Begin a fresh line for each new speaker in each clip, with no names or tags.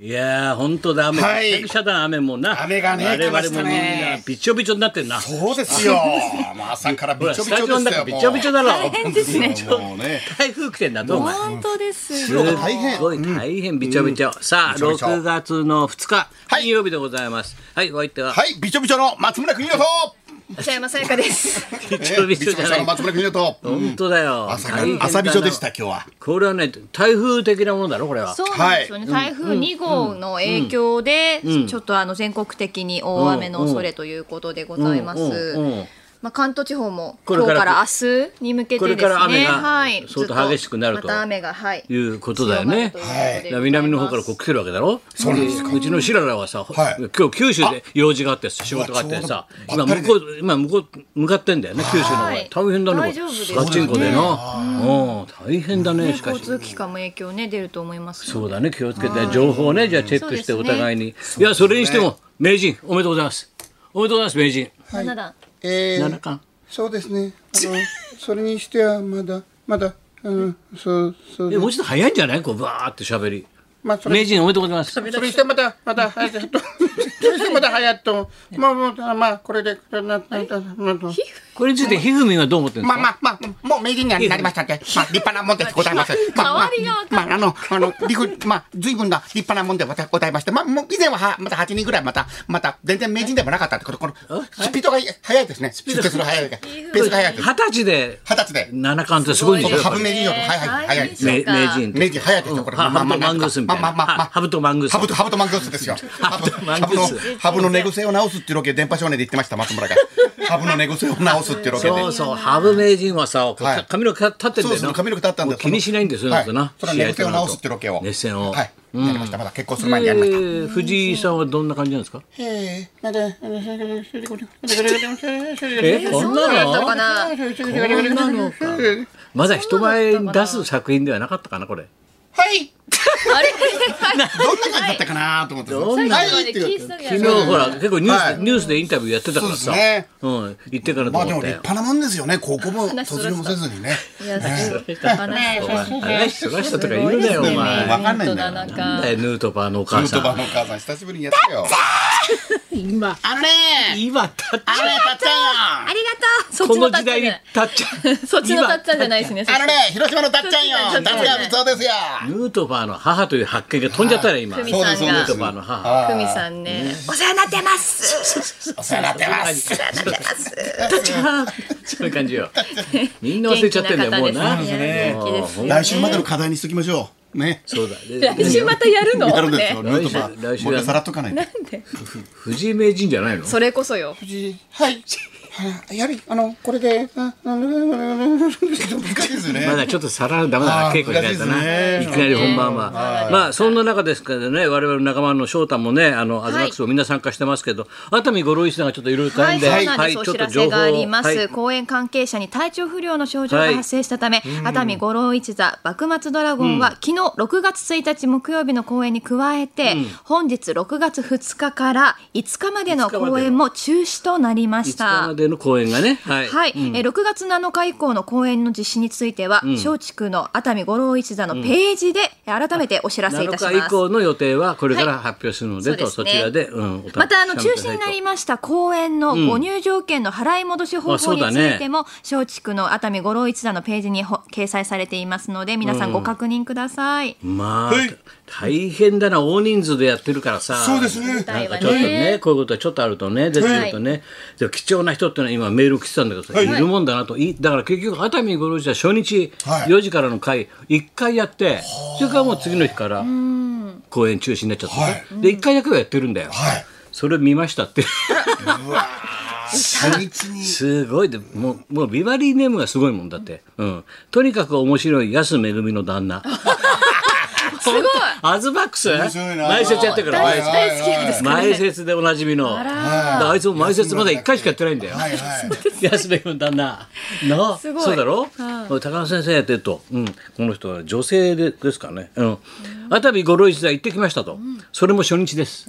いやー、本当だ、雨、
はい
くしゃだ、雨もな。
雨がね
我々
来まし
も
た
みんな
ね、
びっちょびちょになってんな。
そうです よ。まあ朝から
ほ
び
ら、
ちょ
ス
び
タ
ちょ
ジオの
です
中
よ。
びちょびちょだろ。
変ですね。
もうもうね。
台風来てんだ、どうも。
本当です。
白が大変
すごい大変びちょびちょ。さあ、
びちょびちょ
6月の2日、
はい
金曜日でございます。はい、お相手は、
はい、びちょびちょの松村邦洋と。
北山さやかです。
びちょびちょじゃな
の
い。
松村邦洋と。
本当だよ。
朝
大変だ
か
な
朝びちょでした。今日は。
これはね、台風的なものだろ、これは。
そうなんですよね。台風2号の影響で、ちょっとあの全国的に大雨の恐れということでございま
うんうんうん
す。まあ関東地方も
これ
今日
から
から明日に向けてで
これから
す
雨
ね。
が
はい。
相当激しくなると
ずっまた雨がはい。
いうことだよね
強まるということでございます
南の方からこう来てるわけだろそうなんですかうちの白良はさ、
はい
今日九州で用事があって仕事があってさ
うわ
今向こう今向こう向かってんだよね九州の方
は
へ
い
大変だねこれ
大丈夫です
ガチンコでなうん大変だねしか
交
し
通機関も影響ね出ると思いますので。
そうだね気をつけて情報をねじゃあチェックして
そ
お
うですね
互いにいやそれにしても名人おめでとうございますおめでとうございます名人
七段。
え
七
ー、
冠
そうですね。あの、それにしてはまだ、まだ、うん、そう、そう
え
ね、
もうちょっと早いんじゃないこうバーって喋り
まあ、そ
名
れ、
人おめでとうございます
それにしてまだ、まだ、はやっと、それにしてまだ、はやっと、まあ、もう、あまあ、これで、な、な、な、な、な、な
これについてひふみんはどう思ってるんです
まあ
か
まあまあ、もう名人にはなりました んで、まあ立派なもんでございます。まあまあ
代わりが
まああの、あの、りくまあ随分な 立派なもんでございまして、まあもう以前ははまた8人ぐらいまた、また全然名人でもなかったってこと、このスピードが速いですね。スピードする速い。ペースが速いです。
二十歳で
二十歳で。
七冠ってすごいんですよ
ハ
こ
ブ
れ
名人よりも早い早いですよ。
名名人
名人早いですよ、これ。
ハハブとマングースみたいな
まあまあまあまあ
ハブとマングース
ハブと、ハブとマングースですよ。
ハブとマングース
ハブのハブの寝癖を直すっていうロケ、電波少年で言ってました、松村が。ハブの寝癖を直すっていうロケで。
そうそう、羽生名人はさ、こう
はい
髪の毛立ってんだよ
そう
な。
そう、髪の毛立ったん
も
で。
う気にしないんですよ、なんかな。
そのはいその寝癖を直すってロケを。
熱戦を。
はい。やりました、まだ結婚する前に
え
やりました。
ー藤井さんはどんな感じなんですか。
え
え、こん
そうだった
な
か
の。
な。
こんなのか。まだ人前に出す作品ではなかったかな、これ。
はい
あれ。
どんな感じだったかなと思って。
どんな
は
最
いって
後まで
言
聞
う
いてたけ
昨
ど
日ほら、結構ニュース
は
で、
い
ニュースでインタビューやってたから
そ
さ
うですね。
うん、言ってからと
まあで
思っ
も
た
立
よ。
派なもんですよね、高校も卒業もせずにね。
い や、そう
お前、話しましたとか言うなよ、お
ね
前。
わかんないんだよ
なか
なんだよヌートバーのお
ヌ
母
ー
さ
トバ
ん。
ーのお母さん、久しぶりにやったよ。
今、
あのね
今たっ
あのね、たっちゃんよ
ありがとう。そっ
こ
ち
の
のタッ
時代にたっち
チじゃ
ゃ。
ない。 そっちのタッチじゃないいですね。
あのね、広島のたっちゃんよ
たっちゃん
達川光雄ですよ
ヌートバーの母という発見が飛んじゃったよ、今。
久
ヌ
美
ー
さんが
そうです
ト
そう
バー
で
の
す
母。
久美さんね。お世話になってます。
お世話になってます
お世話になってます。
そういう感 じよ。みんな忘れちゃってんだよ、もうな。
元気な方ですね
もう
いや元気ですよ
来週までの課題にしときましょう。ね。
そうだ。で
来週またやるの。
やるんですよ、
ね
ヌートバ
来週
ー。もうさらっとかないと。
なんで。
藤井名人じゃないの
それこそよ。
はい。やはり、あの、これで、ああの難しいですね。
まだちょっと皿はダメだな、
あー
稽古しないと
難しい
な。
で
い
す
き
ね
なり本番は。まあ、そんな中ですけどね、我々の仲間の翔太もね、あの、アズマックスもみんな参加してますけど、熱海五郎一さんがちょっといろいろ大
はい、
変で、
そうなんです。
ち
お
ょっ
知
と
ら
情
せ
報
が
を
ありま
はい
す。公園関係者に体調不良の症状が発生したため、熱海五郎一座幕末ドラゴンは、昨日6月1日木曜日の公演に加えて、本日6月2日から5日までの公演も中止となりま
5
し
日
た
ま。での公演がね、はい。
はい、えー6月7日以降の公演の実施については、松竹の熱海五郎一座のページで改めてお知らせいたし
7
ま
日以
す。
降の予定はこれから発表するので、
はい
と
そ
そう
ですね
ちらで、うん、お楽しみ
またあの中
くだ
止
さい
に
と
なりました公演のご入場券の払い戻し方
あそう
法につ
だね
いても松竹の熱海五郎一座のページにほ掲載されていますので皆さんご確認ください。
まあ
はい
大変だな大人数でやってるからさ
そうですね
なんかちょっとねこういうことはちょっとあるとね出てくるとね、でも貴重な人ってのは今メール来てたんだけどさ、い、るもんだなといだから結局熱海五郎一は初日
はい
4時からの回1回やって、それからもう次の日から公演中止になっちゃった、
はい
で1回だけはやってるんだよ、
はい。
それ見まし たって
初日に。
すごいでもうもうビバリーネームがすごいもんだって、うん、とにかく面白い安めぐみの旦 那すごいアズバックス
面白いな
毎節やってくる
はい
毎
はい
節
大好きなんですか
前
ね。
説でおなじみの。だからあいつも前説まだ一回しかやってないんだよ。
はいはい。
安部君旦那。なあ、
すごい
そうだろ高野先生やってると、うん、この人は女性でですかね。うん。熱海五郎一座行ってきましたと。それも初日です。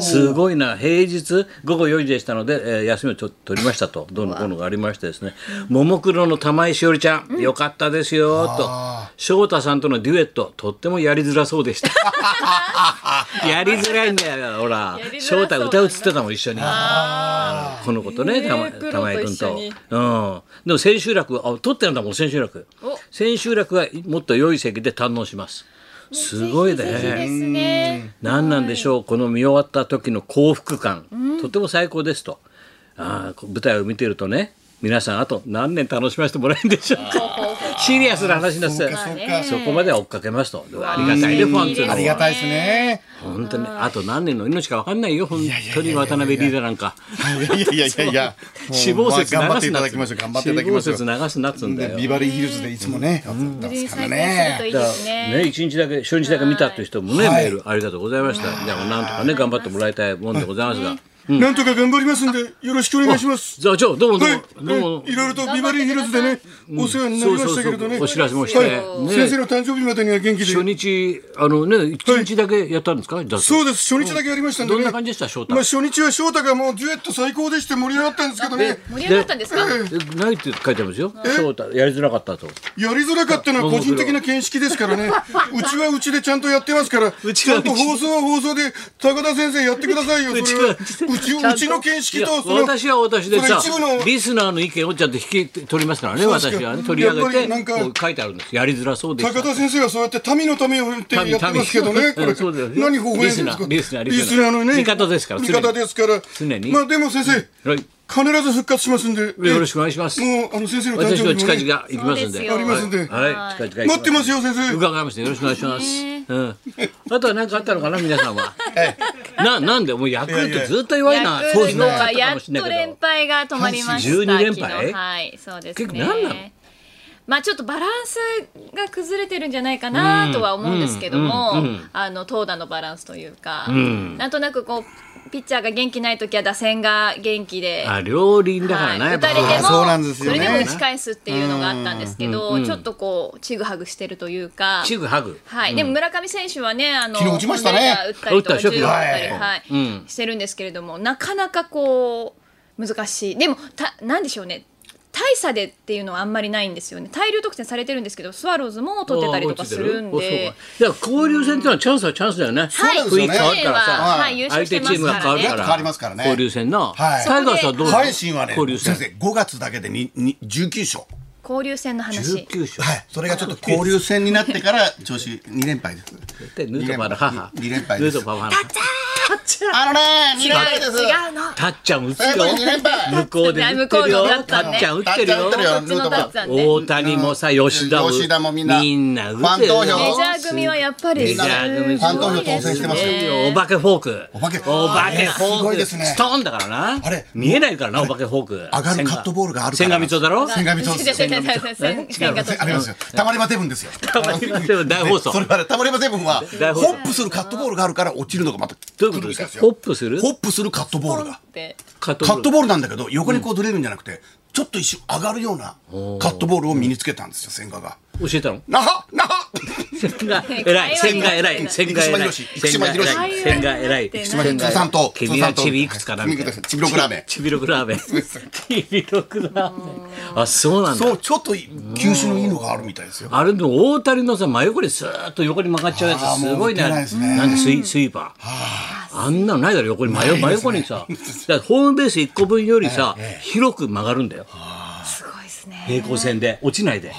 すごいな、平日午後4時でしたので、えー休みをちょっと取りましたと、どうのこうのがありましてですね。ももクロの玉井しおりちゃん、よかったですよと。翔太さんとのデュエット、とっても柔やりづらそうで したやりづらいんだよほら
やりづらそう
翔
だな
太歌うっつってたもん一緒にあのこの子とね
ね
玉
プロと
玉井君
一緒
と
に
うんでも千秋楽あ取ってるんだもん千秋楽
お
千秋楽はもっと良い席で堪能しますすごいね
ぜひぜひですね。
何なんでしょう、この見終わった時の幸福感、とても最高ですとああこう舞台を見てるとね皆さんあと何年楽しませてもらえるんでしょうかシリアスな話になってた
そう
そ
かそう
こまでは追っかけますとありがたいねファンっていう
か。あり
の
が
は
たいですね。
本当にあと何年の命か分かんないよ本
いやい
当
やい
に
やいや
渡辺リーダーなんか
いやいやいやいやいや。もう
死亡説流
頑張って
す
い
なっ
ただ
つ
きましょう。頑張っていただきましょう。
死亡説流すなっつうんだよ
ビバリーヒルズでいつもね、やってますか
とい
らね。
だ
いで
から
す
ね
ね。
一日だけ初日だけ見たという人もね、
はい
メールありがとうございましたじゃあなんとかね頑張ってもらいたいもんでございますが、
なんとか頑張りますんで、よろしくお願いします。
座長どうもどう
はい
も、どうも
はいいろいろとビバリーヒルズでね、お世話になりましたけれどね。
お知らせもして、
はい
ね
先生の誕生日までには元気で。
初日あのね一日だけやったんですか、はい、
そうです、初日だけやりましたんでね。
どんな感じでした翔太
まあ初日は翔太がもうデュエット最高でして盛り上がったんですけどね、や
盛り上がったんですか。
えないって書いてありますよ翔太やりづらかったと
りづらかったのは個人的な見識ですからね。うちはうちでちゃんとやってますから、
ち
ち
は
ゃ
うんちで
と放送は放送で、高田先生やってくださいよ、
う
そ
ち
れは。
は
うち、うちの見識
いや
と、その。
私は私でさ
その一部の
リスナーの意見をちゃんと引き取りますからね
そうですか
私はね取り上
やっぱ
げて
りなんか
こう書いてあるんですやりづらそうでした
高田先生はそうやって民のためをってや
民
ってますけど
民
ね、これ、
うんそうだよ
何方法やるんですか、
リスナーリスナーリスナー
リスナーのね、
味方ですから
味方ですから、
常に
まあでも先生、
はい
必ず復活しますんで、よ
よろしくお願いします
もうあの先生の誕
私
生
は
日
近
も、
々
ね、
行きますん
そうです
で
よ
ありますんで
はい、はい近々行き
待ってますよ、先生。
伺いましたよろしくお願いします。うん。あとは何かあったのかな皆さん は。ななんでもうヤクルトずっと弱いな。
ヤク
そう
ルトはやっと連敗が止まりました。
12連敗
昨日はい、そうですね。
結局何なの
まあちょっとバランスが崩れてるんじゃないかなとは思うんですけども、あの投打のバランスというか、なんとなくこうピッチャーが元気ない時は打線が元気で。
あ両輪だから
はい、
ね。
打たれても
あーそうなんですよね
それでも打ち返すっていうのがあったんですけど、ちょっとこうちぐはぐしてるというか
チグハグ。
はい、でも村上選手はね、あの
昨日打ちましたね
本塁打打ったりとか
打ったでしょ
10打ったり、
はい
はい、してるんですけれども、なかなかこう難しい。でもたなんでしょうね。大差でっていうのはあんまりないんですよね。大量得点されてるんですけど、スワローズも取ってたりとかするん
おそう
で
か。だから交流戦ってのはチャンスはチャンスだよね。
はい、
そうなんですよね
雰囲気変わるからさ。
は
はい
い、優勝
相
して
手
ま
チー
す
ムが
か
変わ
ら
るか
ね。
ら。
変わりますからね
交流戦の。
はい
タイガースはどうなの
阪神はね、
交流戦
先。生、5月だけでにに19勝。
交流戦の話。
19勝。
はい、それがちょっと
交流戦になって から調子2連敗です。
でヌートバーの母。
二連敗
ヌ
で
ー
す
トバーの母。
あのね、2
違う
連敗です。
違うの。
タッちゃん打つ
やっ
よ
ぱり。2連敗。
向こうで打ってるよ。タッちゃん打ってるよ。
こっちのタッツァンね。
大谷もさ、吉田
吉田もみんな
打ってる
ファン投票
メジャー組はやっぱり
メジャー組
すご
ファ
い
ン投票当選してますよ
ですね
お化けフォーク。お
化け
フォーク。お化けフォーク。
すごいですね
ストーンだからな。
あれ
見えないからな、お化けフォーク。
上がるカットボールがあるか
千
ら
賀光夫だろ
千賀光夫です
違う違う違う違う千賀投手
ありますよ。たまりまセブンですよ。
たまにでも大放送。
それ
ど
はね、たまりまセブンは、ホ
大放送
ップするカットボールがあるから落ちるのがまた、
ういうことですかホップする
ホップするカットボールが。
って
カッ
カット
ボール。
ボールなんだけど、横にこうずれるんじゃなくて、ちょっと一瞬上がるようなカットボールを身につけたんですよ、千賀が。
教えたの
なはなは
千賀偉い。千賀偉い。千賀偉い。
生島博士
千賀偉い。
生
千
島
賀偉
博
い。
士通算と
君はチビいくつかなみたいな
君チビ六ラーメン
チビロクラーメン。チビロクラーメン。あ、そうなんだ。
そう、ちょっと球種のいいのがあるみたいですよ。
あれでも大谷のさ真横にスーッと横に曲がっちゃうや
あー
つすごいね
もう打てないですね
なんでスイスイーパーあんなのないだろ横に真横,、真横にさだからホームベース1個分よりさ、広く曲がるんだよ
すごいですね。
平行線で落ちないで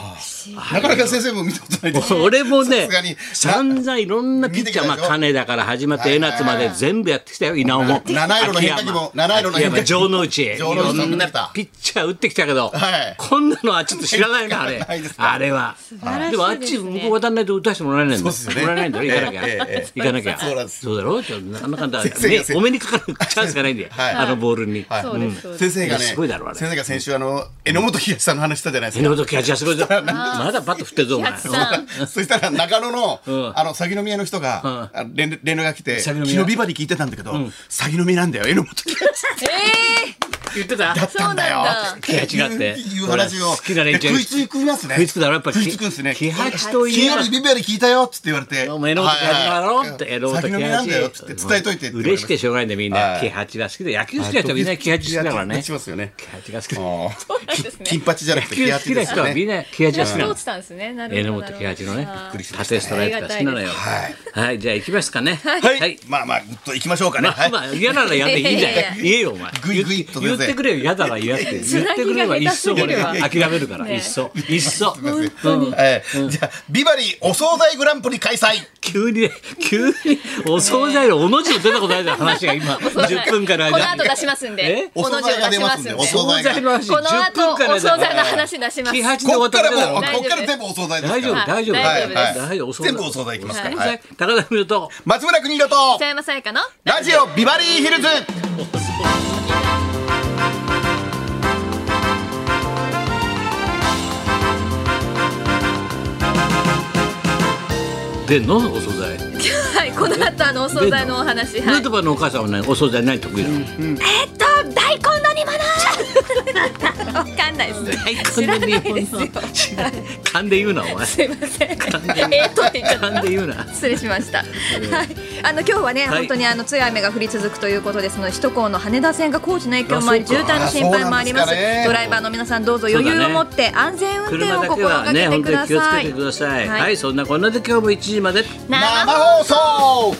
なかなか先生も見たことな いです。
俺もね
さすがに
散々いろんなピッチャー、
見
ま
て
あ、
きたでしょ
金田から始まって江夏まで全部やってきたよ稲尾も
七色の変化球も七色の変化球
秋山城之内い
城之内
ろんな
打ってた
ピッチャー打ってきたけど、
はい
こんなのはちょっと知らないなあれ
ないですか
あれは
晴らしいですね
でもあっち向こう渡んないと打たせてもらえないんだ
そうですよね
もらえないんだろ行かなきゃ、
えええ
行かなきゃ
そうなんです
だろちょっとなかなか だ
先生が
目お目にかかるチャンスがないんだよ、
はい
あのボールに。
はい
そうですそうです
先生がね、
すごいだろあれ
先生が先週あの榎本東さんの話したじゃないです
手の
か。
時キャッチャーすごいぞまだバット振ってるぞお前
キャッチャーさん
そしたら中野の、
ん
あの鷺宮の人が、あ連連絡が来て「
鷺
昨
宮
日ビバリー聞いてたんだけど、鷺宮なんだよ榎本東
え
言ってた
だったんだよ。
気が違って
いう話を。
好きな連中
食いつくますね。
食いつくだろやっぱり
食いつくんですね。
気八といえば
気八にビビアリ聞いたよっつって言われて。
お前のこと気八だろって、
はい
エロ
先
と
飲み
気
な
八
んだよっつって伝えといてって言われま
嬉
し
したくてしょうがないんだよみんな、
はい
気八が好きで野球好きな人はみんな気八好きだからね
気八好きな人は気八しますよね
気八が好きだ
ああ
なんですね
金八じゃなくて
野球
気
好
八
き
で
な
す
人は
ね。
みんな気八が好き
ス
な
ポー
の
ツなんですね。なる
榎
ほど。
本気八のね
あー
縦ストライクが好きなのよ
はい。
はいじゃあ行きますかね
はい。まあまあ、ぐっと行きましょうかね。
ま
は
あ
い
ま。あ嫌ならやでいいん
い
だよ
やいやいや
言えよお前
ぐいぐいっと
言
先生
っ言ってくれよ嫌だら嫌 って言ってくれれば
つなぎ
一
が下
層
手すぎ
俺
るわ
が 諦めるから一 層一層うん
ええじゃあ、ビバリーお惣菜グランプリ開催。
急にね急にお惣菜のおの字の出たことないじゃん話が今10分間の
この後
間
出しますんで
え。
おの字を出しますんで。
お
こ
惣
お惣菜の話
の
10分
後、お
間の間
惣菜の話出します。
気
は
八で終
こ
わ
っ
った
からもう、
だ
大
か
こっ
丈夫
から全部お惣菜ですから。
大丈夫
はい
大丈夫
大丈夫です
はい大丈夫お惣菜
全部お惣菜いきますから。
お
は
惣
い
菜高田文夫と
松村邦洋と
北山さやかの。
ラジオビバリーヒルズ
でのお惣菜
はい、この後、あの、お惣菜のお話。
ヌ
は
ー
い
ト。バーのお母さんはねお惣菜何得意なの
えっと、大根の煮物。 わかんないです。知らないですよ。
勘で言うなお前
すいません。えっとって言っちゃった
勘。で言う な
失礼しました。はい、あの今日はね、
はい
本当にあの強い雨が降り続くということですので、首都高の羽田線が工事の影響もあり、
あそう
渋
か
滞の心配もあります。
そうなんですかね
ドライバーの皆さん、どうぞ余裕を持って安全運転
車だ
を
け
心
はね
がけて
本
く
当に
だ
気をつ
さ
け
い。
てください
はい
はいそんなこんなで今日も1時まで
生
生放送
本放送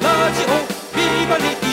ラジオビバリー